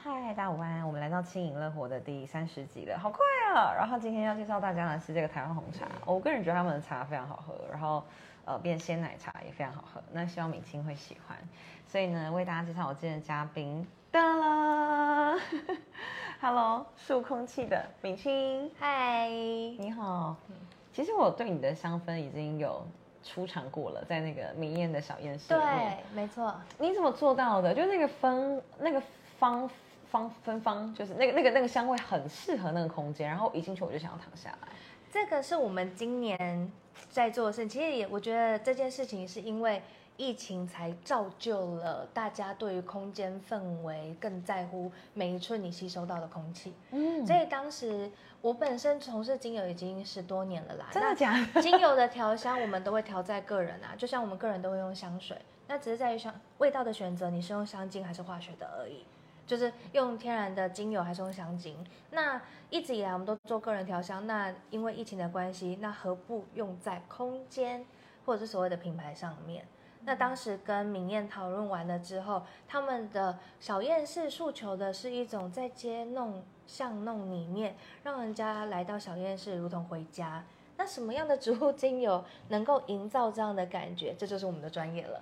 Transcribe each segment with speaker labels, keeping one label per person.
Speaker 1: 嗨，大家午安！我们来到轻盈乐活的第三十集了，好快啊！然后今天要介绍大家的是这个台湾红茶，我个人觉得他们的茶非常好喝，然后呃变鲜奶茶也非常好喝，那希望敏清会喜欢。所以呢，为大家介绍我今天的嘉宾，哒啦 ，Hello，树空气的敏清，
Speaker 2: 嗨，
Speaker 1: 你好。其实我对你的香氛已经有出场过了，在那个明艳的小宴室里面。
Speaker 2: 对，没错，
Speaker 1: 你怎么做到的？就是那个芬，那个方方芬芳，就是那个那个那个香味很适合那个空间，然后一进去我就想要躺下来。
Speaker 2: 这个是我们今年在做的事情。其实也，我觉得这件事情是因为疫情才造就了大家对于空间氛围更在乎每一寸你吸收到的空气。
Speaker 1: 嗯，
Speaker 2: 所以当时我本身从事精油已经十多年了啦，
Speaker 1: 真的假的？
Speaker 2: 那 精油的调香我们都会调在个人啊，就像我们个人都会用香水，那只是在于香味道的选择，你是用香精还是化学的而已。就是用天然的精油还是用香精？那一直以来我们都做个人调香，那因为疫情的关系，那何不用在空间或者是所谓的品牌上面？那当时跟明艳讨论完了之后，他们的小燕是诉求的是一种在街弄巷弄里面，让人家来到小燕市如同回家。那什么样的植物精油能够营造这样的感觉？这就是我们的专业 了。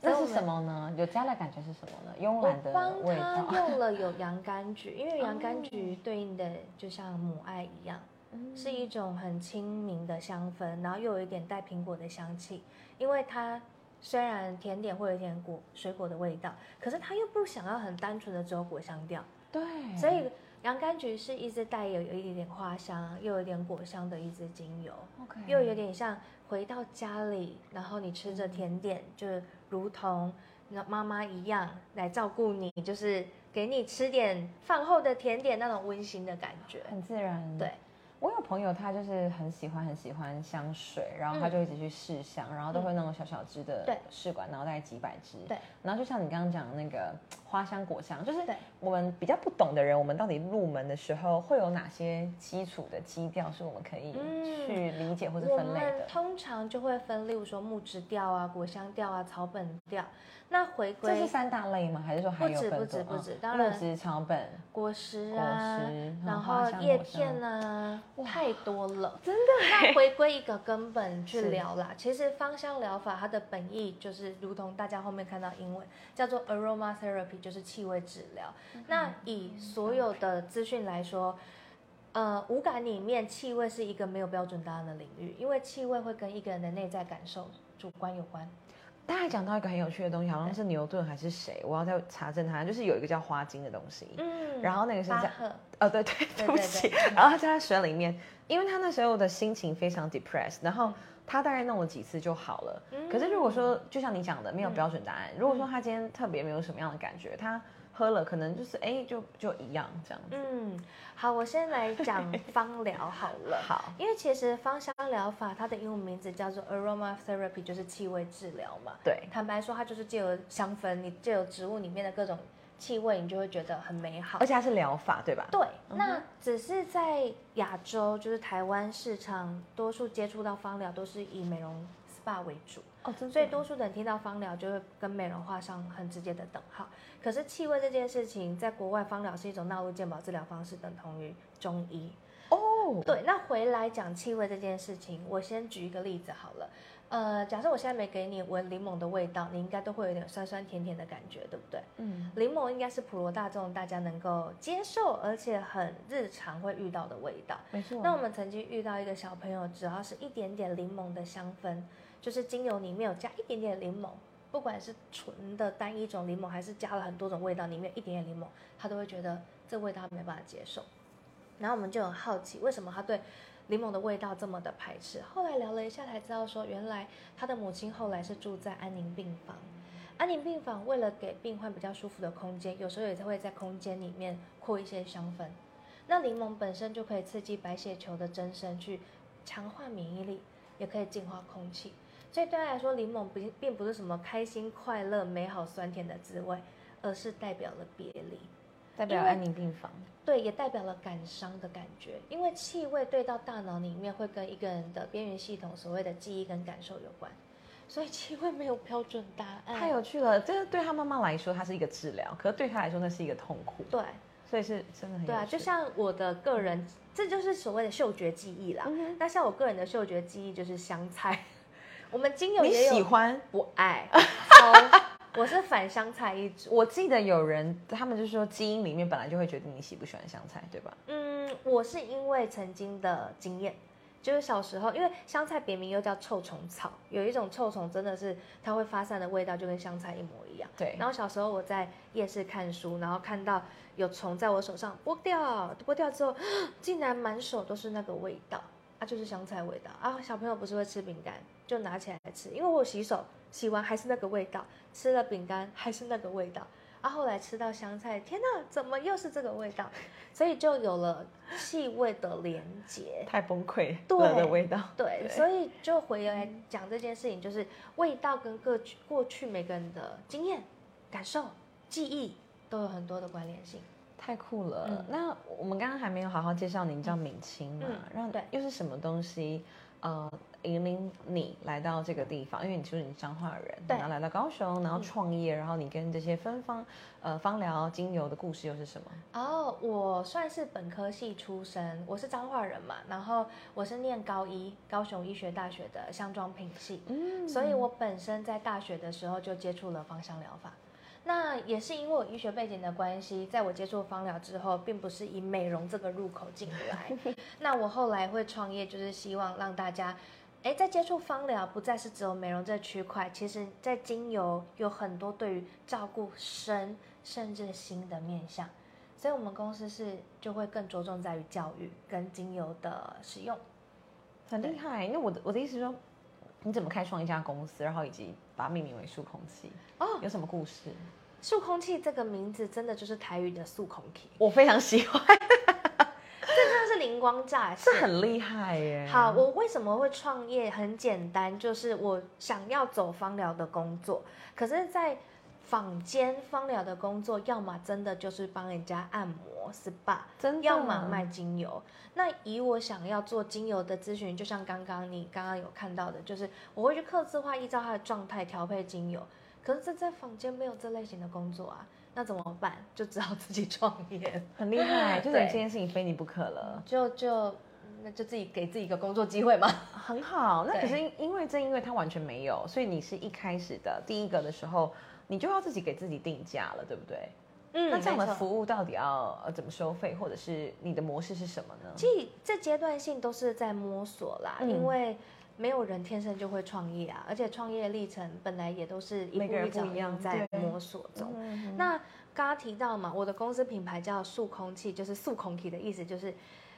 Speaker 1: 那是什么呢？有家的感觉是什么呢？慵
Speaker 2: 我
Speaker 1: 懒的
Speaker 2: 帮
Speaker 1: 味
Speaker 2: 他
Speaker 1: 道。哦
Speaker 2: 用了有洋甘菊，因 为洋甘菊对应的就像母爱一样，
Speaker 1: 嗯
Speaker 2: 是一种很亲民的香氛，然后又有一点带苹果的香气。因为它虽然甜点会有一点果水果的味道，可是它又不想要很单纯的只有果香调，
Speaker 1: 对，
Speaker 2: 所以洋甘菊是一支带有有一点点花香，又有一点果香的一支精油。
Speaker 1: OK
Speaker 2: 又有点像回到家里，然后你吃着甜点，就如同那妈妈一样来照顾你，就是给你吃点饭后的甜点那种温馨的感觉。
Speaker 1: 很自然。
Speaker 2: 对，
Speaker 1: 我有朋友，他就是很喜欢很喜欢香水，然后他就一直去试香，然后都会那种小小支的
Speaker 2: 嗯对
Speaker 1: 试管，然后大概几百支。
Speaker 2: 对，
Speaker 1: 然后就像你刚刚讲的那个花香果香，就是
Speaker 2: 对
Speaker 1: 我们比较不懂的人，我们到底入门的时候会有哪些基础的基调是我们可以
Speaker 2: 嗯
Speaker 1: 去理解或者
Speaker 2: 我
Speaker 1: 分类
Speaker 2: 们
Speaker 1: 的？
Speaker 2: 通常就会分，例如说木质调啊、果香调啊、草本调。那回
Speaker 1: 这是
Speaker 2: 归
Speaker 1: 三大类吗？还是说还有
Speaker 2: 不止
Speaker 1: 分多
Speaker 2: 不止不止
Speaker 1: 嗯
Speaker 2: 当然
Speaker 1: 木质草本，
Speaker 2: 果实啊，
Speaker 1: 果实
Speaker 2: 然
Speaker 1: 花
Speaker 2: 后
Speaker 1: 香
Speaker 2: 叶
Speaker 1: 果香
Speaker 2: 片啊，太多了。
Speaker 1: 真的
Speaker 2: 那回归一个根 本去
Speaker 1: 是
Speaker 2: 聊啦，其实芳香疗法它的本意就是如同大家后面看到英文叫做 aroma therapy，就是气味治疗。
Speaker 1: 嗯
Speaker 2: 那以所有的资讯来说，呃，五感里面气味是一个没有标准答案的领域，因为气味会跟一个人的内在感受主观有关。
Speaker 1: 大家还讲到一个很有趣的东西，好像是牛顿还是谁，我要再查证它，就是有一个叫花精的东西。
Speaker 2: 嗯
Speaker 1: 然后那个是这
Speaker 2: 巴
Speaker 1: 样，
Speaker 2: 赫，
Speaker 1: 呃，对对，对
Speaker 2: 对
Speaker 1: 不
Speaker 2: 对嗯
Speaker 1: 起
Speaker 2: 对。
Speaker 1: 然后他就在水里面，因为他那时候的心情非常 depressed，然后他大概弄了几次就好了。可是如
Speaker 2: 嗯
Speaker 1: 果说，就像你讲的，没有标准答案。如果说他今天特别没有什么样的感觉，他喝了可能就是哎，就就一样这样子。
Speaker 2: 嗯，好，我先来讲芳疗好 了。
Speaker 1: 好，
Speaker 2: 因为其实芳香疗法它的英文名字叫做 aroma therapy，就是气味治疗嘛。
Speaker 1: 对，
Speaker 2: 坦白说，它就是借由香氛，你借由植物里面的各种气味，你就会觉得很美好
Speaker 1: 而。且它是疗法，对吧？
Speaker 2: 对，那只是在亚洲，就是台湾市场，多数接触到芳疗都是以美容 SPA 为主，
Speaker 1: 哦，真
Speaker 2: 所以多数的人听到芳疗就会跟美容画上很直接的等号。可是气味这件事情，在国外芳疗是一种纳入健保治疗方式，等同于中医。
Speaker 1: 哦，
Speaker 2: 对，那回来讲气味这件事情，我先举一个例子好了。呃，假设我现在没给你闻柠檬的味道，你应该都会有点酸酸甜甜的感觉，对不对？
Speaker 1: 嗯，
Speaker 2: 柠檬应该是普罗大众大家能够接受，而且很日常会遇到的味道。
Speaker 1: 没错。
Speaker 2: 那我们曾经遇到一个小朋友，只要是一点点柠檬的香氛，就是精油里面有加一点点柠檬，不管是纯的单一种柠檬，还是加了很多种味道，里面有一点点柠檬，他都会觉得这味道他没办法接受。然后我们就很好奇，为什么他对柠檬的味道这么的排斥？后来聊了一下才知道，说原来他的母亲后来是住在安宁病房。安宁病房为了给病患比较舒服的空间，有时候也会在空间里面扩一些香氛。那柠檬本身就可以刺激白血球的增生，去强化免疫力，也可以净化空气。所以对他来说，柠檬不并不是什么开心、快乐、美好、酸甜的滋味，而是代表了别离。
Speaker 1: 代表
Speaker 2: 因为
Speaker 1: 安宁病房，
Speaker 2: 对，也代表了感伤的感觉，因为气味对到大脑里面会跟一个人的边缘系统所谓的记忆跟感受有关，所以气味没有标准答案。
Speaker 1: 太有趣了。这对他妈妈来说，它是一个治疗，可是对他来说，那是一个痛苦。
Speaker 2: 对，
Speaker 1: 所以是真的很有
Speaker 2: 对啊，
Speaker 1: 趣
Speaker 2: 就像我的个人，这就是所谓的嗅觉记忆啦。
Speaker 1: 嗯
Speaker 2: 那像我个人的嗅觉记忆就是香菜， 我们精油
Speaker 1: 你
Speaker 2: 也有
Speaker 1: 喜欢。
Speaker 2: 不 爱超我是反香菜一族。
Speaker 1: 我记得有人，他们就说基因里面本来就会决定你喜不喜欢香菜，对吧？
Speaker 2: 嗯，我是因为曾经的经验，就是小时候，因为香菜别名又叫臭虫草，有一种臭虫真的是它会发散的味道，就跟香菜一模一样。
Speaker 1: 对，
Speaker 2: 然后小时候我在夜市看书，然后看到有虫在我手上剥掉，剥掉之后， 竟然满手都是那个味道啊，就是香菜味道啊。小朋友不是会吃饼干，就拿起来吃，因为我洗手洗完还是那个味道，吃了饼干还是那个味道。啊，后来吃到香菜，天哪，怎么又是这个味道？所以就有了气味的连结。
Speaker 1: 太崩溃
Speaker 2: 对
Speaker 1: 了的味道。
Speaker 2: 对，
Speaker 1: 对
Speaker 2: 所以就回来讲这件事情，就是味道跟过去过去每个人的经验、感受、记忆都有很多的关联性。
Speaker 1: 太酷了！
Speaker 2: 嗯
Speaker 1: 那我们刚刚还没有好好介绍您叫敏清嘛？
Speaker 2: 嗯
Speaker 1: 让
Speaker 2: 对
Speaker 1: 又是什么东西？呃，引领你来到这个地方，因为你就是你彰化人，
Speaker 2: 对
Speaker 1: 然后来到高雄，然后创业，然后你跟这些芬芳、呃芳疗、精油的故事又是什么？
Speaker 2: 哦，我算是本科系出身，我是彰化人嘛，然后我是念高一高雄医学大学的香妆品系，
Speaker 1: 嗯
Speaker 2: 所以我本身在大学的时候就接触了芳香疗法。那也是因为我医学背景的关系，在我接触芳疗之后，并不是以美容这个入口进来。那我后来会创业，就是希望让大家，哎，在接触芳疗不再是只有美容这区块，其实在精油有很多对于照顾身甚至心的面向。所以我们公司是就会更着重在于教育跟精油的使用。
Speaker 1: 很厉害。那我的我的意思是说，你怎么开创一家公司，然后以及把它命名为舒空气？
Speaker 2: 哦，
Speaker 1: 有什么故事？
Speaker 2: 素空气这个名字真的就是台语的素空气。
Speaker 1: 我非常喜欢，
Speaker 2: 这真的是灵光乍现
Speaker 1: 这。很啊厉害耶！
Speaker 2: 好，我为什么会创业？很简单，就是我想要走芳疗的工作，可是，在坊间芳疗的工作，要么真的就是帮人家按摩 SPA，
Speaker 1: 真的
Speaker 2: 要 么卖精油。那以我想要做精油的咨询，就像刚刚你刚刚有看到的，就是我会去客制化，依照他的状态调配精油。可是这在坊间没有这类型的工作啊，那怎么办？就只好自己创业。
Speaker 1: 很厉害，就是你
Speaker 2: 对
Speaker 1: 这件事情非你不可了。
Speaker 2: 就就那就自己给自己一个工作机会嘛。
Speaker 1: 很好，那
Speaker 2: 对
Speaker 1: 可是因因为正因为它完全没有，所以你是一开始的第一个的时候，你就要自己给自己定价了，对不对？
Speaker 2: 嗯
Speaker 1: 那这样
Speaker 2: 没
Speaker 1: 的
Speaker 2: 错
Speaker 1: 服务到底要呃怎么收费，或者是你的模式是什么呢？
Speaker 2: 其实这阶段性都是在摸索啦，
Speaker 1: 嗯
Speaker 2: 因为没有人天生就会创业啊，而且创业历程本来也都是一
Speaker 1: 每
Speaker 2: 步
Speaker 1: 个人
Speaker 2: 脚
Speaker 1: 不一样
Speaker 2: 印在
Speaker 1: 对
Speaker 2: 摸索中。
Speaker 1: 嗯
Speaker 2: 那刚刚提到嘛，我的公司品牌叫“素空气”，就是“素空气”的意思，就是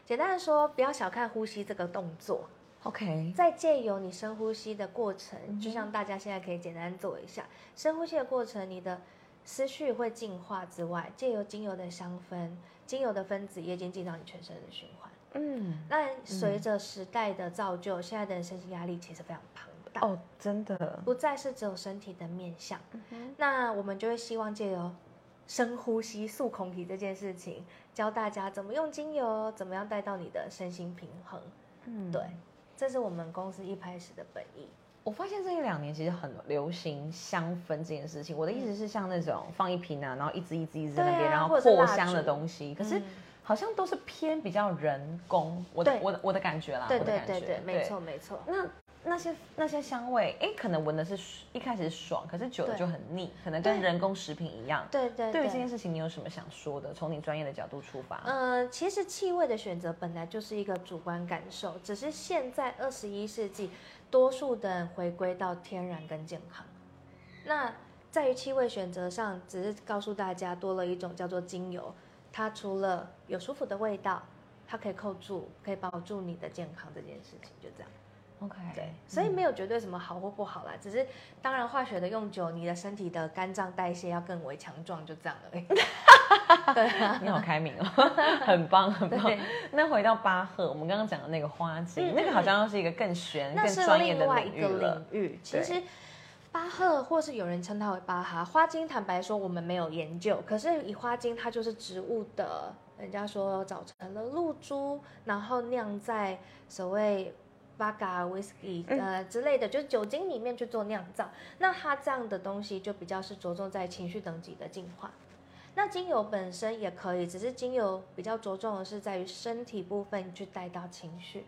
Speaker 2: 简单的说，不要小看呼吸这个动作，
Speaker 1: OK，
Speaker 2: 在借由你深呼吸的过程，
Speaker 1: 嗯
Speaker 2: 就像大家现在可以简单做一下深呼吸的过程，你的思绪会净化之外，借由精油的香氛，精油的分子也已经进到你全身的循环。
Speaker 1: 嗯，
Speaker 2: 那随着时代的造就，现在的人身心压力其实非常庞大，
Speaker 1: 哦，真的，
Speaker 2: 不再是只有身体的面向。
Speaker 1: 嗯
Speaker 2: 那我们就会希望借由深呼吸、塑空体这件事情，教大家怎么用精油，怎么样带到你的身心平衡。
Speaker 1: 嗯
Speaker 2: 对，这是我们公司一开始的本意。
Speaker 1: 我发现这一两年其实很流行香氛这件事情。我的意思是，像那种放一瓶啊，然后一支一支一支在那边，
Speaker 2: 嗯对啊
Speaker 1: 然后
Speaker 2: 或者是
Speaker 1: 扩
Speaker 2: 蜡
Speaker 1: 香的
Speaker 2: 烛
Speaker 1: 东西，可是
Speaker 2: 嗯
Speaker 1: 好像都是偏比较人工。我的
Speaker 2: 对
Speaker 1: 我的我的感觉啦，
Speaker 2: 对
Speaker 1: 我的
Speaker 2: 对
Speaker 1: 感
Speaker 2: 对
Speaker 1: 觉
Speaker 2: 对，没错没错。
Speaker 1: 那那些那些香味，哎，可能闻的是爽一开始是爽，可是久了
Speaker 2: 对
Speaker 1: 就很腻，可能跟
Speaker 2: 对
Speaker 1: 人工食品一样。
Speaker 2: 对对
Speaker 1: 对于这件
Speaker 2: 对。
Speaker 1: 事情，你有什么想说的？从你专业的角度出发。
Speaker 2: 呃，其实气味的选择本来就是一个主观感受，只是现在二十一世纪，多数的人回归到天然跟健康。那在于气味选择上，只是告诉大家多了一种叫做精油，它除了有舒服的味道，它可以扣住，可以保住你的健康这件事情，就这样。
Speaker 1: OK，
Speaker 2: 对，所以没有绝对什么好或不好啦，只是当然化学的用久，你的身体的肝脏代谢要更为强壮，就这样而已。对啊，
Speaker 1: 你好开明哦，很棒很棒
Speaker 2: 对。
Speaker 1: 那回到巴赫，我们刚刚讲的那个花精，
Speaker 2: 嗯
Speaker 1: 那个好像又是一个更玄、
Speaker 2: 那
Speaker 1: 更
Speaker 2: 是
Speaker 1: 专业的
Speaker 2: 另外
Speaker 1: 领
Speaker 2: 一
Speaker 1: 域
Speaker 2: 个
Speaker 1: 了
Speaker 2: 领。域。其
Speaker 1: 对
Speaker 2: 实巴赫或是有人称它为巴哈花精，坦白说我们没有研究，可是以花精它就是植物的，人家说早晨的露珠，然后酿在所谓。巴嘎、whisky
Speaker 1: 嗯
Speaker 2: 呃之类的，就是酒精里面去做酿造，那它这样的东西就比较是着重在情绪等级的进化。那精油本身也可以，只是精油比较着重的是在于身体部分去带到情绪。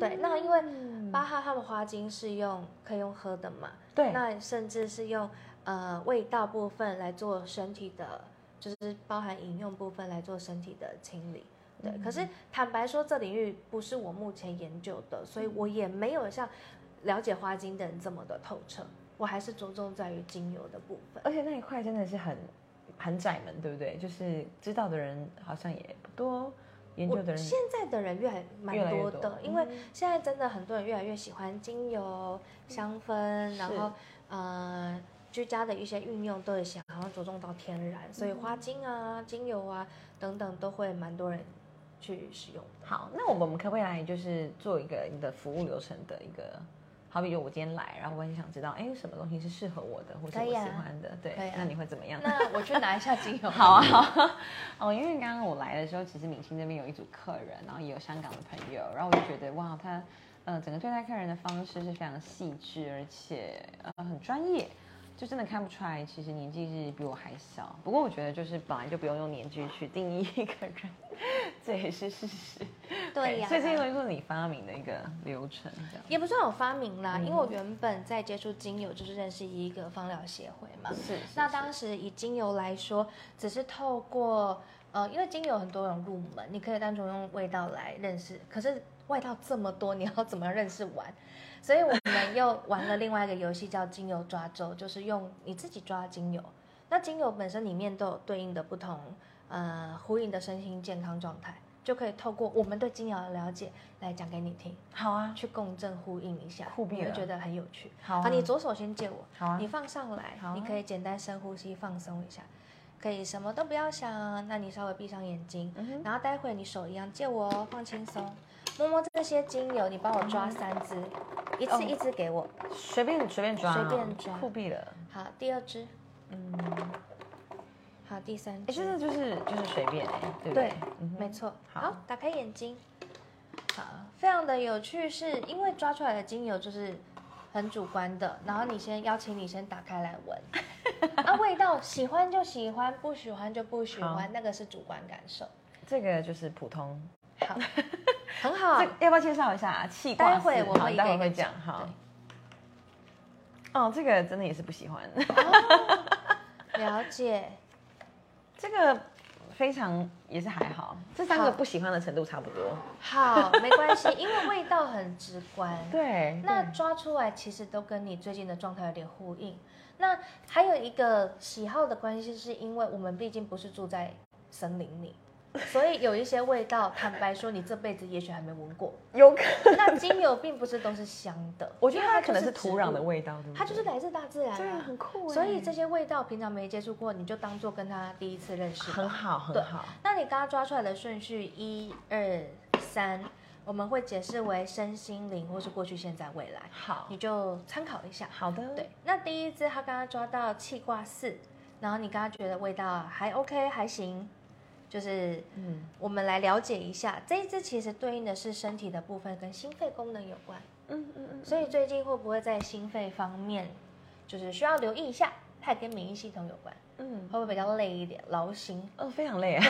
Speaker 2: 对，那因为巴哈他们花精是用可以用喝的嘛，
Speaker 1: 嗯对，
Speaker 2: 那甚至是用呃味道部分来做身体的，就是包含饮用部分来做身体的清理。对，可是坦白说，这领域不是我目前研究的，所以我也没有像了解花精的人这么的透彻。我还是着重在于精油的部分。
Speaker 1: 而且那一块真的是很很窄门，对不对？就是知道的人好像也不多，研究的
Speaker 2: 我
Speaker 1: 人
Speaker 2: 现在的人越来蛮
Speaker 1: 越来越
Speaker 2: 多
Speaker 1: 多嗯
Speaker 2: 的，因为现在真的很多人越来越喜欢精油、香氛，然
Speaker 1: 是
Speaker 2: 后呃居家的一些运用都也想要着重到天然，
Speaker 1: 嗯
Speaker 2: 所以花精啊、精油啊等等都会蛮多人去使用。
Speaker 1: 好。那我们可不可以来就是做一个你的服务流程的一个？好比就我今天来，然后我很想知道，哎，有什么东西是适合我的，或者
Speaker 2: 可
Speaker 1: 我
Speaker 2: 以
Speaker 1: 喜
Speaker 2: 啊
Speaker 1: 欢的，对
Speaker 2: 可以啊，
Speaker 1: 那你会怎么样？
Speaker 2: 那我去拿一下 精油。
Speaker 1: 好啊，好啊哦，因为刚刚我来的时候，其实敏清这边有一组客人，然后也有香港的朋友，然后我就觉得哇，他呃整个对待客人的方式是非常细致，而且呃很专业，就真的看不出来，其实年纪是比我还小。不过我觉得就是本来就不用用年纪去定义一个人，这也是事实。
Speaker 2: 对呀、
Speaker 1: 所以这个就是你发明的一个流程，这样
Speaker 2: 也不算我发明啦，因为
Speaker 1: 嗯
Speaker 2: 我原本在接触精油就是认识一个芳疗协会嘛，
Speaker 1: 是是
Speaker 2: 那当时以精油来说，只是透过呃，因为精油很多种入门，你可以单纯用味道来认识，可是味道这么多，你要怎么认识完？所以我们又玩了另外一个游戏叫精油抓周，就是用你自己抓精油。那精油本身里面都有对应的不同呃呼应的身心健康状态，就可以透过我们对精油的了解来讲给你听，
Speaker 1: 好啊，
Speaker 2: 去共振呼应一下，
Speaker 1: 酷毙
Speaker 2: 你会
Speaker 1: 了
Speaker 2: 觉得很有趣。
Speaker 1: 好啊，
Speaker 2: 好，你左手先借我，
Speaker 1: 好啊
Speaker 2: 你放上来，
Speaker 1: 好啊
Speaker 2: 你可以简单深呼吸放松一下，可以什么都不要想，那你稍微闭上眼睛，
Speaker 1: 嗯哼
Speaker 2: 然后待会你手一样借我哦，放轻松，摸摸这些精油，你帮我抓三支，一
Speaker 1: 哦
Speaker 2: 支一支给我，
Speaker 1: 随便随便抓，
Speaker 2: 随便抓
Speaker 1: 酷毙了，
Speaker 2: 好，第二支，
Speaker 1: 嗯。
Speaker 2: 好，第三
Speaker 1: 哎，真
Speaker 2: 支，
Speaker 1: 的就是就是随便哎、对不
Speaker 2: 对
Speaker 1: 对？嗯哼
Speaker 2: 没错，
Speaker 1: 好
Speaker 2: 好，打开眼睛，好，非常的有趣，是因为抓出来的精油就是。很主观的，然后你先邀请你先打开来闻， 啊，味道喜欢就喜欢，不喜欢就不喜
Speaker 1: 好
Speaker 2: 欢，那个是主观感受。
Speaker 1: 这个就是普通。
Speaker 2: 好，很好
Speaker 1: 这。个要不要介绍一下啊？气
Speaker 2: 待
Speaker 1: 挂式
Speaker 2: 会我
Speaker 1: 好
Speaker 2: 会一
Speaker 1: 待
Speaker 2: 个
Speaker 1: 会
Speaker 2: 一个
Speaker 1: 会讲哈。哦，这个真的也是不喜欢，
Speaker 2: 对了解，
Speaker 1: 这个非常也是还好，这三个
Speaker 2: 好
Speaker 1: 不喜欢的程度差不多。
Speaker 2: 好，没关系，因为味道很直观。
Speaker 1: 对，
Speaker 2: 那
Speaker 1: 对
Speaker 2: 抓出来其实都跟你最近的状态有点呼应。那还有一个喜好的关系，是因为我们毕竟不是住在森林里，所以有一些味道，坦白说，你这辈子也许还没闻过。
Speaker 1: 有可，
Speaker 2: 那精油并不是都是香的，
Speaker 1: 我觉得
Speaker 2: 因为
Speaker 1: 它可能是
Speaker 2: 就植
Speaker 1: 土壤的
Speaker 2: 物，
Speaker 1: 味道，对不对？
Speaker 2: 它就是来自大自然、
Speaker 1: 对啊，
Speaker 2: 啊。
Speaker 1: 很酷哎。
Speaker 2: 所以这些味道平常没接触过，你就当做跟它第一次认识吧。
Speaker 1: 很好，很
Speaker 2: 对
Speaker 1: 好。
Speaker 2: 那你刚刚抓出来的顺序一二三，我们会解释为身心灵或是过去、现在、未来，
Speaker 1: 好
Speaker 2: 你就参考一下。
Speaker 1: 好的，
Speaker 2: 嗯对，，那第一支他刚刚抓到气挂四，然后你刚刚觉得味道还 OK 还行，就是
Speaker 1: 嗯
Speaker 2: 我们来了解一下这一支其实对应的是身体的部分跟心肺功能有关，
Speaker 1: 嗯嗯嗯，
Speaker 2: 所以最近会不会在心肺方面就是需要留意一下？它也跟免疫系统有关，
Speaker 1: 嗯
Speaker 2: 会，不会比较累一点，劳心？
Speaker 1: 哦，非常 累啊，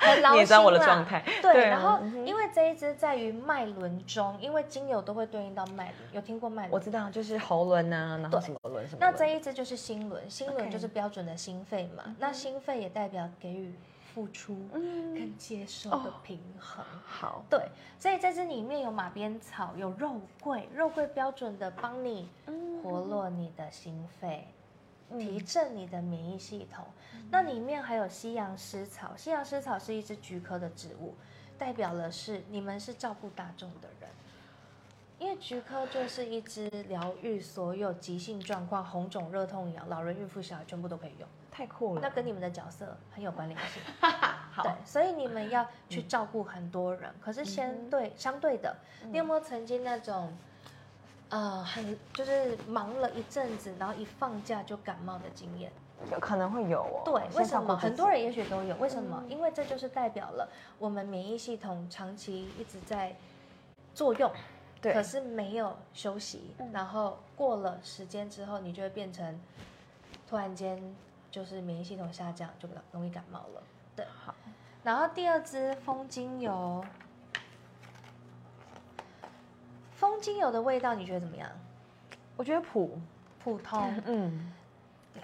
Speaker 2: 很劳
Speaker 1: 你
Speaker 2: 心
Speaker 1: 也知道我的
Speaker 2: 啦
Speaker 1: 状态。
Speaker 2: 对，
Speaker 1: 啊
Speaker 2: 然后
Speaker 1: 嗯哼
Speaker 2: 因为这一支在于脉轮中，因为精油都会对应到脉轮，有听过脉
Speaker 1: 我
Speaker 2: 轮？
Speaker 1: 知道，就是喉轮呐，然后
Speaker 2: 对
Speaker 1: 什么轮什么轮。
Speaker 2: 那这一支就是心轮，心轮
Speaker 1: OK
Speaker 2: 就是标准的心肺嘛。那心肺也代表给予、付出
Speaker 1: 嗯
Speaker 2: 跟接受的
Speaker 1: 哦
Speaker 2: 平衡。
Speaker 1: 好，
Speaker 2: 对，所以在这里面有马鞭草，有肉桂，肉桂标准的帮你
Speaker 1: 嗯
Speaker 2: 活络你的心肺，
Speaker 1: 嗯
Speaker 2: 提振你的免疫系统。那里面还有西洋湿草，西洋湿草是一支菊科的植物，代表了是你们是照顾大众的人。因为菊科就是一支疗愈所有急性状况，红肿、热痛、痒，老人、孕妇、小孩全部都可以用。
Speaker 1: 太酷了。
Speaker 2: 那跟你们的角色很有关联性。
Speaker 1: 好
Speaker 2: 对，所以你们要去照顾很多人，可是相对、相对的，你有没有曾经那种，呃，很就是忙了一阵子，然后一放假就感冒的经验？
Speaker 1: 有可能会有哦。
Speaker 2: 对，为
Speaker 1: 先
Speaker 2: 什
Speaker 1: 放过
Speaker 2: 么
Speaker 1: 自己
Speaker 2: 很多人也许都有？为什么？
Speaker 1: 嗯
Speaker 2: 因为这就是代表了我们免疫系统长期一直在作用，
Speaker 1: 对，嗯
Speaker 2: 可是没有休息，然后过了时间之后，你就会变成突然间就是免疫系统下降，就容易感冒了。对，
Speaker 1: 好，
Speaker 2: 然后第二支风精油，风精油的味道你觉得怎么样？
Speaker 1: 我觉得普，
Speaker 2: 普 通。
Speaker 1: 嗯，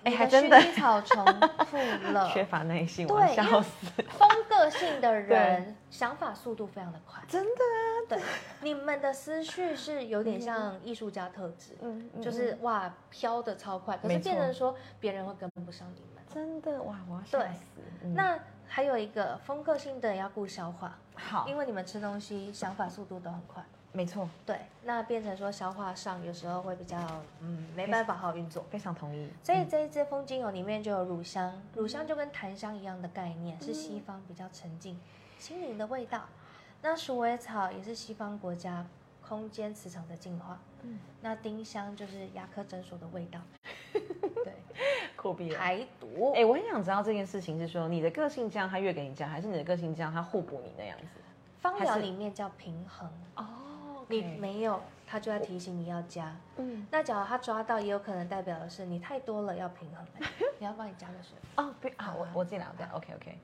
Speaker 1: 哎
Speaker 2: 你
Speaker 1: 还真的
Speaker 2: 薰衣草 重复了。
Speaker 1: 缺乏耐性，
Speaker 2: 嗯对
Speaker 1: 我要笑死，
Speaker 2: 风个性的人想法速度非常的快，
Speaker 1: 真的啊，
Speaker 2: 对，你们的思绪是有点像艺术家特质，
Speaker 1: 嗯
Speaker 2: 就是哇飘的超快，可是
Speaker 1: 没错
Speaker 2: 变成说别人会跟不上你们。
Speaker 1: 真的哇，我要笑
Speaker 2: 对
Speaker 1: 死。嗯
Speaker 2: 那还有一个风个性的人要顾消化，
Speaker 1: 好，
Speaker 2: 因为你们吃东西想法速度都很快，
Speaker 1: 没错，
Speaker 2: 对，那变成说消化上有时候会比较嗯没办法好好运作。
Speaker 1: 非常同意。
Speaker 2: 所以这一支风精油里面就有乳香，乳香就跟檀香一样的概念，是
Speaker 1: 嗯
Speaker 2: 西方比较沉静、心灵的味道。那鼠尾草也是西方国家空间磁场的净化。
Speaker 1: 嗯
Speaker 2: 那丁香就是牙科诊所的味 道，对，
Speaker 1: 酷毙嗯了。
Speaker 2: 排毒。
Speaker 1: 哎哎，我很想知道这件事情是说你的个性这样，他越给你这样，还是你的个性这样，他互补你那样子？
Speaker 2: 芳疗
Speaker 1: 还是
Speaker 2: 里面叫平衡，
Speaker 1: 哦
Speaker 2: 你没有，它就在提醒你要加。
Speaker 1: 嗯
Speaker 2: 那假如他抓到，也有可能代表的是你太多了，要平衡。 你要帮你加个水。
Speaker 1: 哦，不啊，
Speaker 2: 好啊
Speaker 1: 我我自己拿掉。OK OK。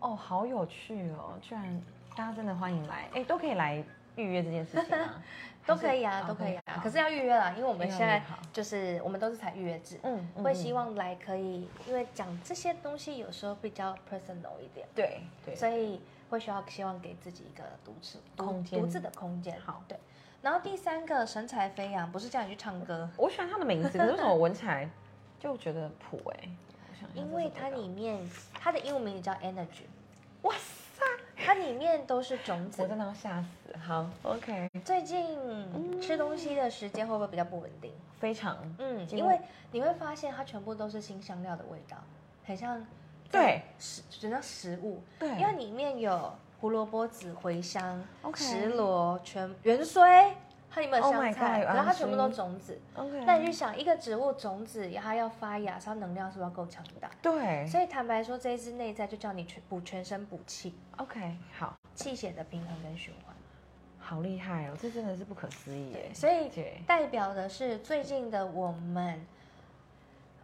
Speaker 1: 哦，好有趣哦！居然大家真的欢迎来，哎，都可以来预约这件事情吗？
Speaker 2: 都可以
Speaker 1: 还
Speaker 2: 啊，
Speaker 1: 是哦
Speaker 2: 都可以啊，
Speaker 1: 好
Speaker 2: 可是要预约啦，因为我们
Speaker 1: 要
Speaker 2: 现
Speaker 1: 预约
Speaker 2: 在
Speaker 1: 好
Speaker 2: 就是我们都是采预约制，
Speaker 1: 嗯，嗯
Speaker 2: 会希
Speaker 1: 嗯
Speaker 2: 望来可以，因为讲这些东西有时候比较 personal 一点，
Speaker 1: 对对，
Speaker 2: 所以会需要希望给自己一个独处独
Speaker 1: 空间
Speaker 2: 独自的空间。
Speaker 1: 好，
Speaker 2: 对。然后第三个神采飞扬，不是叫你去唱歌，
Speaker 1: 我喜欢他的名字，可是为什么我闻起来就觉得普哎、我想一下
Speaker 2: 因为
Speaker 1: 这是
Speaker 2: 它
Speaker 1: 什么味
Speaker 2: 里面它的英文名也叫 energy，
Speaker 1: 道哇塞，
Speaker 2: 它里面都是种
Speaker 1: 我
Speaker 2: 子。
Speaker 1: 真的要吓死。好，OK，
Speaker 2: 最近
Speaker 1: 嗯
Speaker 2: 吃东西的时间会不会比较不稳定？
Speaker 1: 非常
Speaker 2: 嗯，
Speaker 1: 几
Speaker 2: 因
Speaker 1: 乎
Speaker 2: 为你会发现它全部都是新香料的味道，很像
Speaker 1: 对
Speaker 2: 食，只像食物，
Speaker 1: 对，
Speaker 2: 因为里面有胡萝卜籽、茴香、
Speaker 1: OK
Speaker 2: 石螺、全芫荽，它里面有
Speaker 1: Oh
Speaker 2: 香
Speaker 1: my God，
Speaker 2: 菜
Speaker 1: 有
Speaker 2: 然后它
Speaker 1: 安
Speaker 2: 全部都
Speaker 1: 息
Speaker 2: 种子。
Speaker 1: OK，
Speaker 2: 那你就想，一个植物种子它要发芽，它能量是不是要够强大？
Speaker 1: 对
Speaker 2: 所以坦白说，这一支内在就叫你全补全身补气，
Speaker 1: ，OK，好，
Speaker 2: 气血的平衡跟循环。
Speaker 1: 好厉害哦，这真的是不可思议耶。
Speaker 2: 所以
Speaker 1: 对
Speaker 2: 代表的是最近的我们，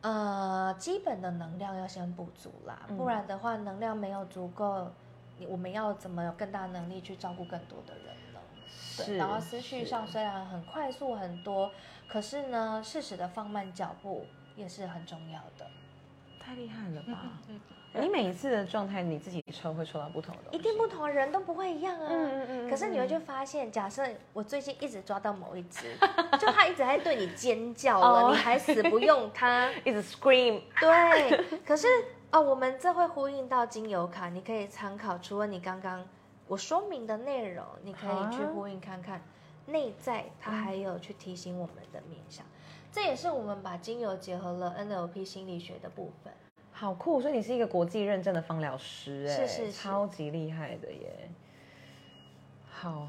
Speaker 2: 呃，基本的能量要先补足啦，
Speaker 1: 嗯
Speaker 2: 不然的话，能量没有足够，你我们要怎么有更大的能力去照顾更多的人呢？对
Speaker 1: 是，
Speaker 2: 然后思绪上
Speaker 1: 是
Speaker 2: 虽然很快速很多，可是呢，适时的放慢脚步也是很重要的。
Speaker 1: 太厉害了
Speaker 2: 嗯
Speaker 1: 吧？你每一次的状态，你自己抽会抽到不同的东西，
Speaker 2: 一定不同的人都不会一样啊。
Speaker 1: 嗯嗯嗯
Speaker 2: 可是你会就发现，假设我最近一直抓到某一只，就它一直在对你尖叫了，
Speaker 1: 哦
Speaker 2: 你还死不用它。
Speaker 1: 一直 scream。
Speaker 2: 对，可是哦，我们这会呼应到精油卡，你可以参考，除了你刚刚我说明的内容，你可以去
Speaker 1: 好啊
Speaker 2: 呼应看看内在它还有去提醒我们的面向。这也是我们把精油结合了 NLP 心理学的部分。
Speaker 1: 好酷！所以你是一个国际认证的芳疗师，哎，
Speaker 2: 是是是
Speaker 1: 超级厉害的耶。好，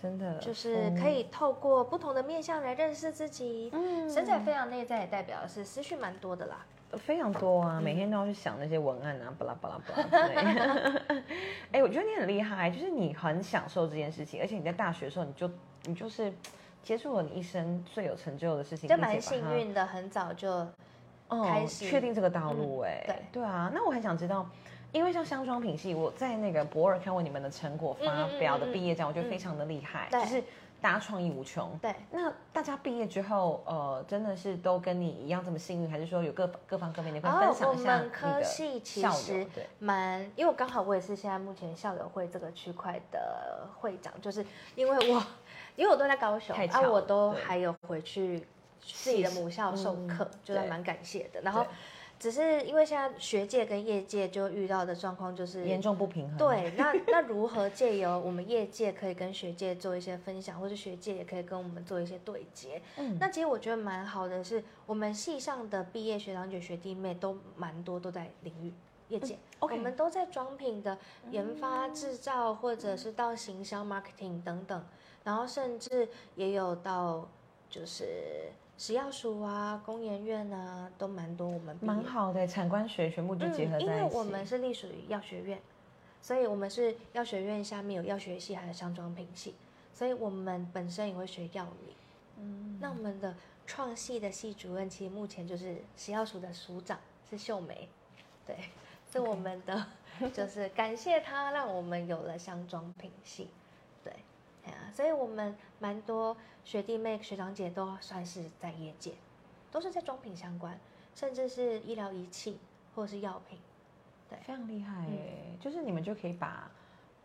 Speaker 1: 真的
Speaker 2: 就是可，以透过不同的面向来认识自己。
Speaker 1: 嗯
Speaker 2: 神采飞扬内在也代表的是思绪蛮多的啦，
Speaker 1: 非常多啊，
Speaker 2: 嗯
Speaker 1: 每天都要去想那些文案啊，巴拉巴拉巴拉 之类的。哎、我觉得你很厉害，就是你很享受这件事情，而且你在大学的时候，你就你就是接触了你一生最有成就的事情，
Speaker 2: 就
Speaker 1: 并且
Speaker 2: 蛮
Speaker 1: 把
Speaker 2: 幸
Speaker 1: 它
Speaker 2: 运的，很早就
Speaker 1: 哦
Speaker 2: 开始
Speaker 1: 确定这个道路
Speaker 2: 嗯
Speaker 1: 哎、
Speaker 2: 对
Speaker 1: 啊，那我很想知道，因为像香妆品系，我在那个博尔看过你们的成果发表的
Speaker 2: 嗯嗯嗯嗯
Speaker 1: 毕业奖，我觉得非常的厉害，
Speaker 2: 对
Speaker 1: 就是大家创意无穷。
Speaker 2: 对。
Speaker 1: 那大家毕业之后，呃，真的是都跟你一样这么幸运，还是说有各各方各面？你可以分享
Speaker 2: 哦我
Speaker 1: 一下
Speaker 2: 们
Speaker 1: 你
Speaker 2: 科
Speaker 1: 的
Speaker 2: 系其
Speaker 1: 校
Speaker 2: 实
Speaker 1: 友对
Speaker 2: 蛮，因为我刚好我也是现在目前校友会这个区块的会长，就是因为我， 因为我都在高雄
Speaker 1: 太，
Speaker 2: 啊，
Speaker 1: 巧
Speaker 2: 我
Speaker 1: 了
Speaker 2: 都
Speaker 1: 对
Speaker 2: 还有回去自己的母校授
Speaker 1: 嗯
Speaker 2: 课，就还
Speaker 1: 对
Speaker 2: 蛮感谢的。然后
Speaker 1: 对
Speaker 2: 只是因为现在学界跟业界就遇到的状况就是
Speaker 1: 严重不平衡，，
Speaker 2: 对，那那如何借由我们业界可以跟学界做一些分享，或者学界也可以跟我们做一些对接？
Speaker 1: 嗯
Speaker 2: 那其实我觉得蛮好的是，我们系上的毕业学长姐学弟妹都蛮多都在领域业界，
Speaker 1: 嗯 OK 嗯
Speaker 2: 我们都在装品的研发、制造，或者是到行销、marketing 等等，然后甚至也有到就是食药署啊、工研院啊，都蛮多我们毕业
Speaker 1: 蛮好的，产官学全部就结合
Speaker 2: 嗯因
Speaker 1: 在
Speaker 2: 为
Speaker 1: 一起。
Speaker 2: 我们是隶属于药学院，所以我们是药学院下面有药学系还有香妆品系，所以我们本身也会学药理。
Speaker 1: 嗯
Speaker 2: 那我们的创系的系主任其实目前就是食药署的署长，是秀梅，对，是我们的，就是感谢她让我们有了香妆品系，对，哎呀，所以我们蛮多学弟妹学长姐都算是在业界，都是在妆品相关，甚至是医疗仪器或是药品，对嗯
Speaker 1: 非常厉害耶、就是你们就可以把，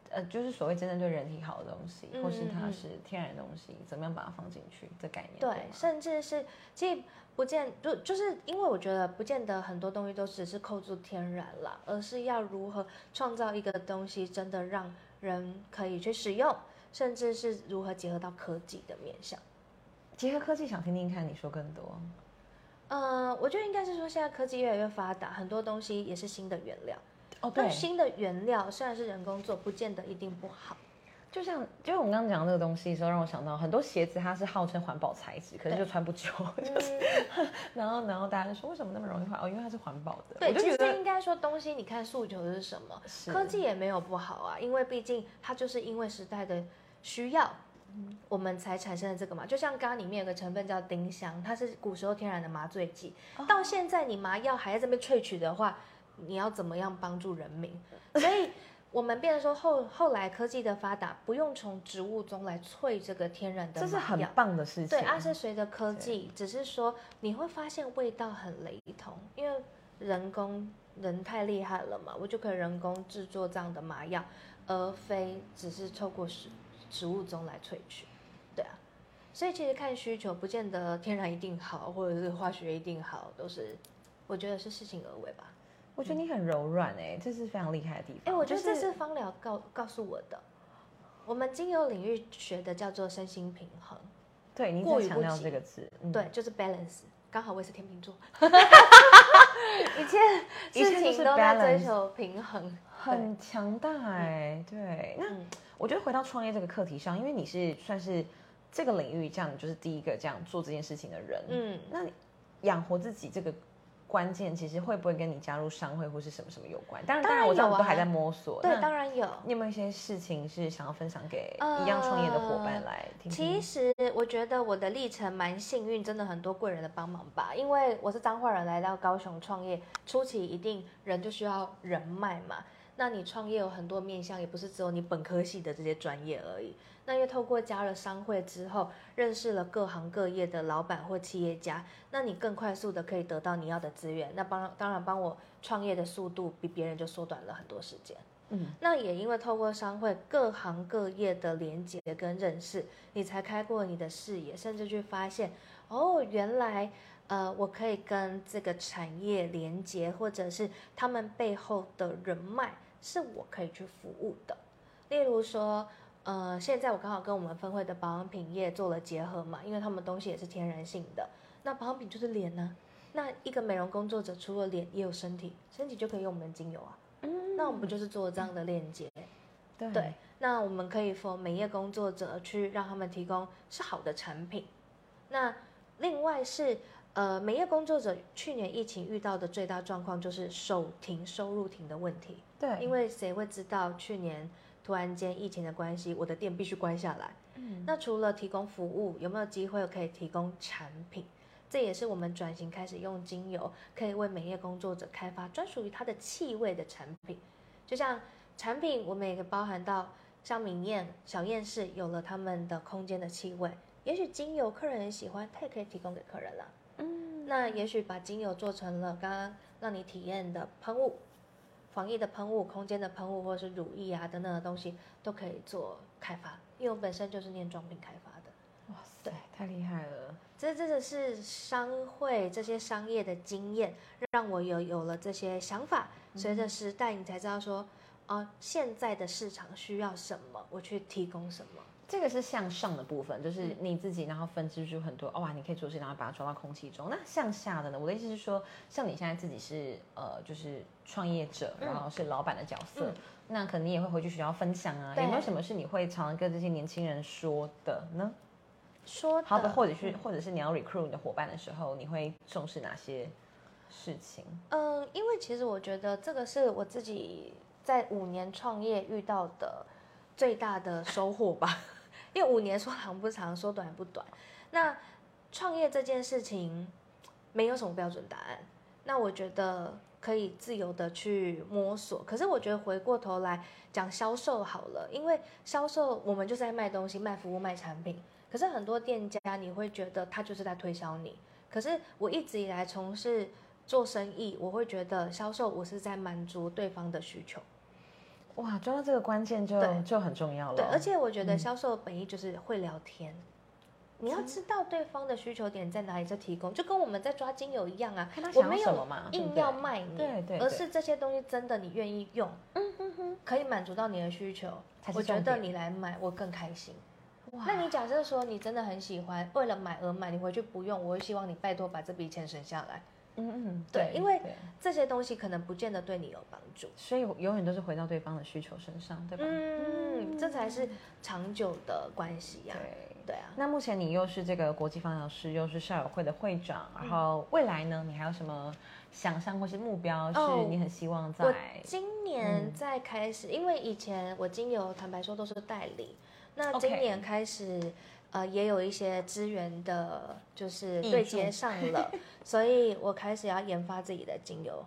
Speaker 1: 呃，就是所谓真正对人体好的东西，
Speaker 2: 嗯
Speaker 1: 或是它
Speaker 2: 嗯
Speaker 1: 是天然的东西，怎么样把它放进去这概念，
Speaker 2: 对，
Speaker 1: 吗
Speaker 2: 甚至是其实不见就就是因为我觉得不见得很多东西都只是扣住天然啦，而是要如何创造一个东西，真的让人可以去使用，甚至是如何结合到科技的面向。
Speaker 1: 结合科技，想听听看你说更多。
Speaker 2: 呃，我觉得应该是说现在科技越来越发达，很多东西也是新的原料。
Speaker 1: 哦，
Speaker 2: 那新的原料虽然是人工做，不见得一定不 好。
Speaker 1: 就像就是我们刚刚讲的这个东西的时候，让我想到很多鞋子，它是号称环保材质，可是
Speaker 2: 对
Speaker 1: 就穿不久。
Speaker 2: 嗯，
Speaker 1: 然后然后大家就说为什么那么容易坏？哦，因为它是环保的。
Speaker 2: 对，
Speaker 1: 我就
Speaker 2: 其
Speaker 1: 觉
Speaker 2: 实
Speaker 1: 得
Speaker 2: 应该说东西，你看诉求是什么？
Speaker 1: 是
Speaker 2: 科技也没有不好啊，因为毕竟它就是因为时代的需要，
Speaker 1: 嗯
Speaker 2: 我们才产生了这个嘛。就像刚刚里面有个成分叫丁香，它是古时候天然的麻醉剂，
Speaker 1: 哦
Speaker 2: 到现在你麻药还在这边萃取的话，你要怎么样帮助人民？所以。我们变成说后后来科技的发达，不用从植物中来萃这个天然的麻
Speaker 1: 这
Speaker 2: 药，
Speaker 1: 是很棒的事情。
Speaker 2: 对，啊，是随着科技，只是说你会发现味道很雷同，因为人工人太厉害了嘛，我就可以人工制作这样的麻药，而非只是透过食植物中来萃取，对啊，所以其实看需求，不见得天然一定好，或者是化学一定好，都是我觉得是事情而为吧。
Speaker 1: 我觉得你很柔软哎、这是非常厉害的地方。
Speaker 2: 哎，我觉得
Speaker 1: 就
Speaker 2: 这是芳疗告告诉我的，我们精油领域学的叫做身心平衡。
Speaker 1: 对你一
Speaker 2: 过
Speaker 1: 直
Speaker 2: 于
Speaker 1: 强
Speaker 2: 不
Speaker 1: 调
Speaker 2: 及
Speaker 1: 这个字，嗯
Speaker 2: 对，，就是 balance。刚好我也是天 秤座，一切
Speaker 1: 一切
Speaker 2: 事
Speaker 1: 都
Speaker 2: 情
Speaker 1: 是
Speaker 2: 都在
Speaker 1: balance
Speaker 2: 追求平衡。
Speaker 1: 很强大哎、对，那
Speaker 2: 嗯
Speaker 1: 我觉得回到创业这个课题上，因为你是算是这个领域这样，就是第一个这样做这件事情的人，
Speaker 2: 嗯，
Speaker 1: 那你养活自己这个关键，其实会不会跟你加入商会或是什么什么有关？当然，
Speaker 2: 当
Speaker 1: 当
Speaker 2: 然
Speaker 1: 然，我知道我
Speaker 2: 有
Speaker 1: 们都还
Speaker 2: 啊
Speaker 1: 在摸索。
Speaker 2: 对，
Speaker 1: 那
Speaker 2: 当然有。
Speaker 1: 你有没有一些事情是想要分享给一样创业的伙伴来听听？
Speaker 2: 其实我觉得我的历程蛮幸运，真的很多贵人的帮忙吧。因为我是彰化人，来到高雄创业，初期一定人就需要人脉嘛。那你创业有很多面向，也不是只有你本科系的这些专业而已。那因为透过加了商会之后，认识了各行各业的老板或企业家，那你更快速的可以得到你要的资源。那帮当然帮我创业的速度比别人就缩短了很多时间。
Speaker 1: 嗯，
Speaker 2: 那也因为透过商会各行各业的连接跟认识，你才开阔你的视野，甚至去发现，哦，原来呃，我可以跟这个产业连接，或者是他们背后的人脉，是我可以去服务的。例如说，呃，现在我刚好跟我们分会的保养品业做了结合嘛，因为他们东西也是天然性的，那保养品就是脸呢、那一个美容工作者除了脸也有身体，身体就可以用我们的精油啊。那我们不就是做这样的链接？
Speaker 1: 对
Speaker 2: 对，那我们可以 for 美业工作者去让他们提供是好的产品。那另外是呃，美业工作者去年疫情遇到的最大状况就是手停收入停的问题，
Speaker 1: 对，
Speaker 2: 因为谁会知道去年突然间疫情的关系，我的店必须关下来。
Speaker 1: 嗯
Speaker 2: 那除了提供服务，有没有机会可以提供产品？这也是我们转型开始用精油，可以为美业工作者开发专属于它的气味的产品。就像产品，我们也包含到像明艳、小艳士有了他们的空间的气味，也许精油客人很喜欢，它也可以提供给客人啦。
Speaker 1: 嗯，
Speaker 2: 那也许把精油做成了刚刚让你体验的喷雾、防疫的喷雾、空间的喷雾，或者是乳液啊等等的东西，都可以做开发。因为我本身就是念妆品开发的，
Speaker 1: 哇塞，太厉害了。
Speaker 2: 这真的是商会这些商业的经验，让我有有了这些想法。随着时代，你才知道说，哦、现在的市场需要什么，我去提供什么。
Speaker 1: 这个是向上的部分，就是
Speaker 2: 嗯
Speaker 1: 你自己，然后分支出很多，哦哇，你可以做事，然后把它抓到空气中。那向下的呢？我的意思是说，像你现在自己是呃，就是创业者，
Speaker 2: 嗯
Speaker 1: 然后是老板的角色，
Speaker 2: 嗯
Speaker 1: 那肯定也会回去学校分享啊。
Speaker 2: 对
Speaker 1: 有没有什么是你会常常跟这些年轻人说的呢？
Speaker 2: 说的嗯
Speaker 1: 好的，或者是或者是你要 recruit 你的伙伴的时候，你会重视哪些事情？
Speaker 2: 嗯，因为其实我觉得这个是我自己在五年创业遇到的最大的收获吧。 因为五年说长不长，说短不短。那创业这件事情没有什么标准答案。那我觉得可以自由的去摸索。可是我觉得回过头来讲销售好了，因为销售我们就是在卖东西、卖服务、卖产品。可是很多店家你会觉得他就是在推销你。可是我一直以来从事做生意，我会觉得销售我是在满足对方的需求。
Speaker 1: 哇，抓到这个关键就
Speaker 2: 对
Speaker 1: 就很重要了。
Speaker 2: 对，而且我觉得
Speaker 1: 嗯
Speaker 2: 销售的本意就是会聊天。你要知道对方的需求点在哪里，再提供，就跟我们在抓精油一样啊
Speaker 1: 看他。
Speaker 2: 我
Speaker 1: 想要
Speaker 2: 没
Speaker 1: 什
Speaker 2: 有
Speaker 1: 么嘛对不
Speaker 2: 硬
Speaker 1: 对
Speaker 2: 要卖你，
Speaker 1: 对对
Speaker 2: 而
Speaker 1: 对
Speaker 2: 是这些东西真的你愿意用，可以满足到你的需求
Speaker 1: 才，是
Speaker 2: 我觉
Speaker 1: 重
Speaker 2: 得
Speaker 1: 点
Speaker 2: 你来买我更开心。
Speaker 1: 哇
Speaker 2: 那你假设说你真的很喜欢，为了买而买，你回去不用，我会希望你拜托把这笔钱省下来。
Speaker 1: 嗯嗯，
Speaker 2: 对因为
Speaker 1: 对
Speaker 2: 这些东西可能不见得对你有帮助，
Speaker 1: 所以永远都是回到对方的需求身上，对吧？
Speaker 2: 嗯，这才是长久的关系呀、
Speaker 1: 对。
Speaker 2: 对啊，
Speaker 1: 那目前你又是这个国际芳疗师，又是校友会的会长，然后未来呢，你还有什么想象或是目标，
Speaker 2: 哦
Speaker 1: 是你很希望在
Speaker 2: 我今年再开始，因为以前我精油坦白说都是代理，那
Speaker 1: OK
Speaker 2: 今年开始。呃，也有一些资源的，就是
Speaker 1: 益
Speaker 2: 对
Speaker 1: 助
Speaker 2: 接上了，嗯 所以我开始要研发自己的精油。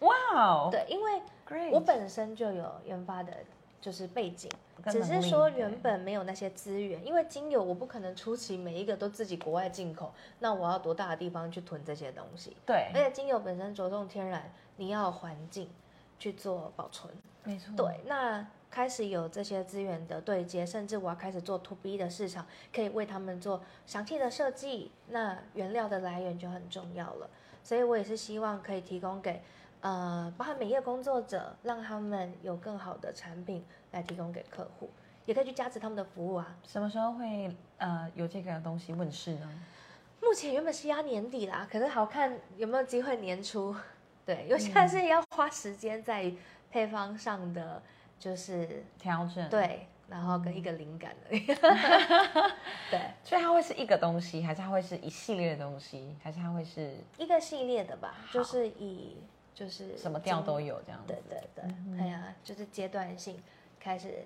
Speaker 1: 哇哦
Speaker 2: 对，因为
Speaker 1: ，great，
Speaker 2: 我本身就有研发的，就是背景，
Speaker 1: 跟
Speaker 2: 只
Speaker 1: 能
Speaker 2: 是
Speaker 1: 力
Speaker 2: 说
Speaker 1: 对
Speaker 2: 原本没有那些资源，因为精油我不可能初期每一个都自己国外进口，那我要多大的地方去囤这些东西？
Speaker 1: 对
Speaker 2: 而，且精油本身着重天然，你要有环境去做保存。
Speaker 1: 没错，
Speaker 2: 对，那开始有这些资源的对接，甚至我要开始做 to B 的市场，可以为他们做详细的设计。那原料的来源就很重要了，所以我也是希望可以提供给呃，包含美业工作者，让他们有更好的产品来提供给客户，也可以去加持他们的服务啊。
Speaker 1: 什么时候会呃有这个东西问世呢？
Speaker 2: 目前原本是压年底啦，可是好看有没有机会年初。对，因为现在是要花时间在于配方上的，就是
Speaker 1: 调整，，
Speaker 2: 对，然后跟一
Speaker 1: 嗯
Speaker 2: 个灵感 而已。对，
Speaker 1: 所以它会是一个东西，还是它会是一系列的东西，还是它会是
Speaker 2: 一个系列的吧，就
Speaker 1: 好
Speaker 2: 是以就是
Speaker 1: 什么调嗯都
Speaker 2: 有。
Speaker 1: 有这样子？
Speaker 2: 对对对，哎呀，就是阶段性开始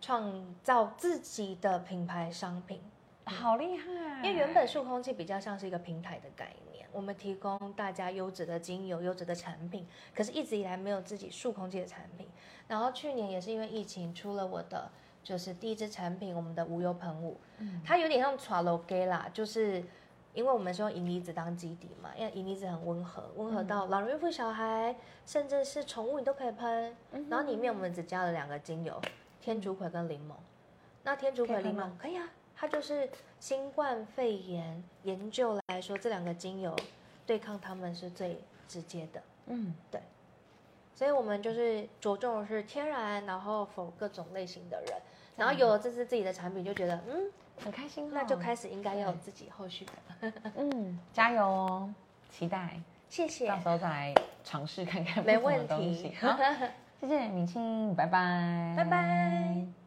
Speaker 2: 创造自己的品牌商品，
Speaker 1: 好厉害！
Speaker 2: 因为原本数空气比较像是一个平台的概念，我们提供大家优质的精油、优质的产品，可是一直以来没有自己数空气的产品。然后去年也是因为疫情出了我的就是第一支产品，我们的无忧喷雾，它有点像 t r a l o gay 啦，就是。因为我们是用银离子当基底嘛，因为银离子很温和，温和到老人、孕妇、小孩，甚至是宠物你都可以喷。
Speaker 1: 嗯
Speaker 2: 然后里面我们只加了两个精油，天竺葵跟柠檬。那天竺葵、
Speaker 1: 可以
Speaker 2: 柠
Speaker 1: 喷
Speaker 2: 檬可以啊，它就是新冠肺炎研究来说，这两个精油对抗它们是最直接的。
Speaker 1: 嗯，
Speaker 2: 所以我们就是着重的是天然，然后否各种类型的人。然后有了这次自己的产品，就觉得嗯，
Speaker 1: 很开心哦，
Speaker 2: 那就开始应该要有自己后续的。
Speaker 1: 嗯，加油哦，期待。
Speaker 2: 谢谢
Speaker 1: 到，时候再来尝试看看不
Speaker 2: 没
Speaker 1: 同的
Speaker 2: 问
Speaker 1: 东
Speaker 2: 题
Speaker 1: 西。。好，谢谢米青，拜拜，
Speaker 2: 拜拜。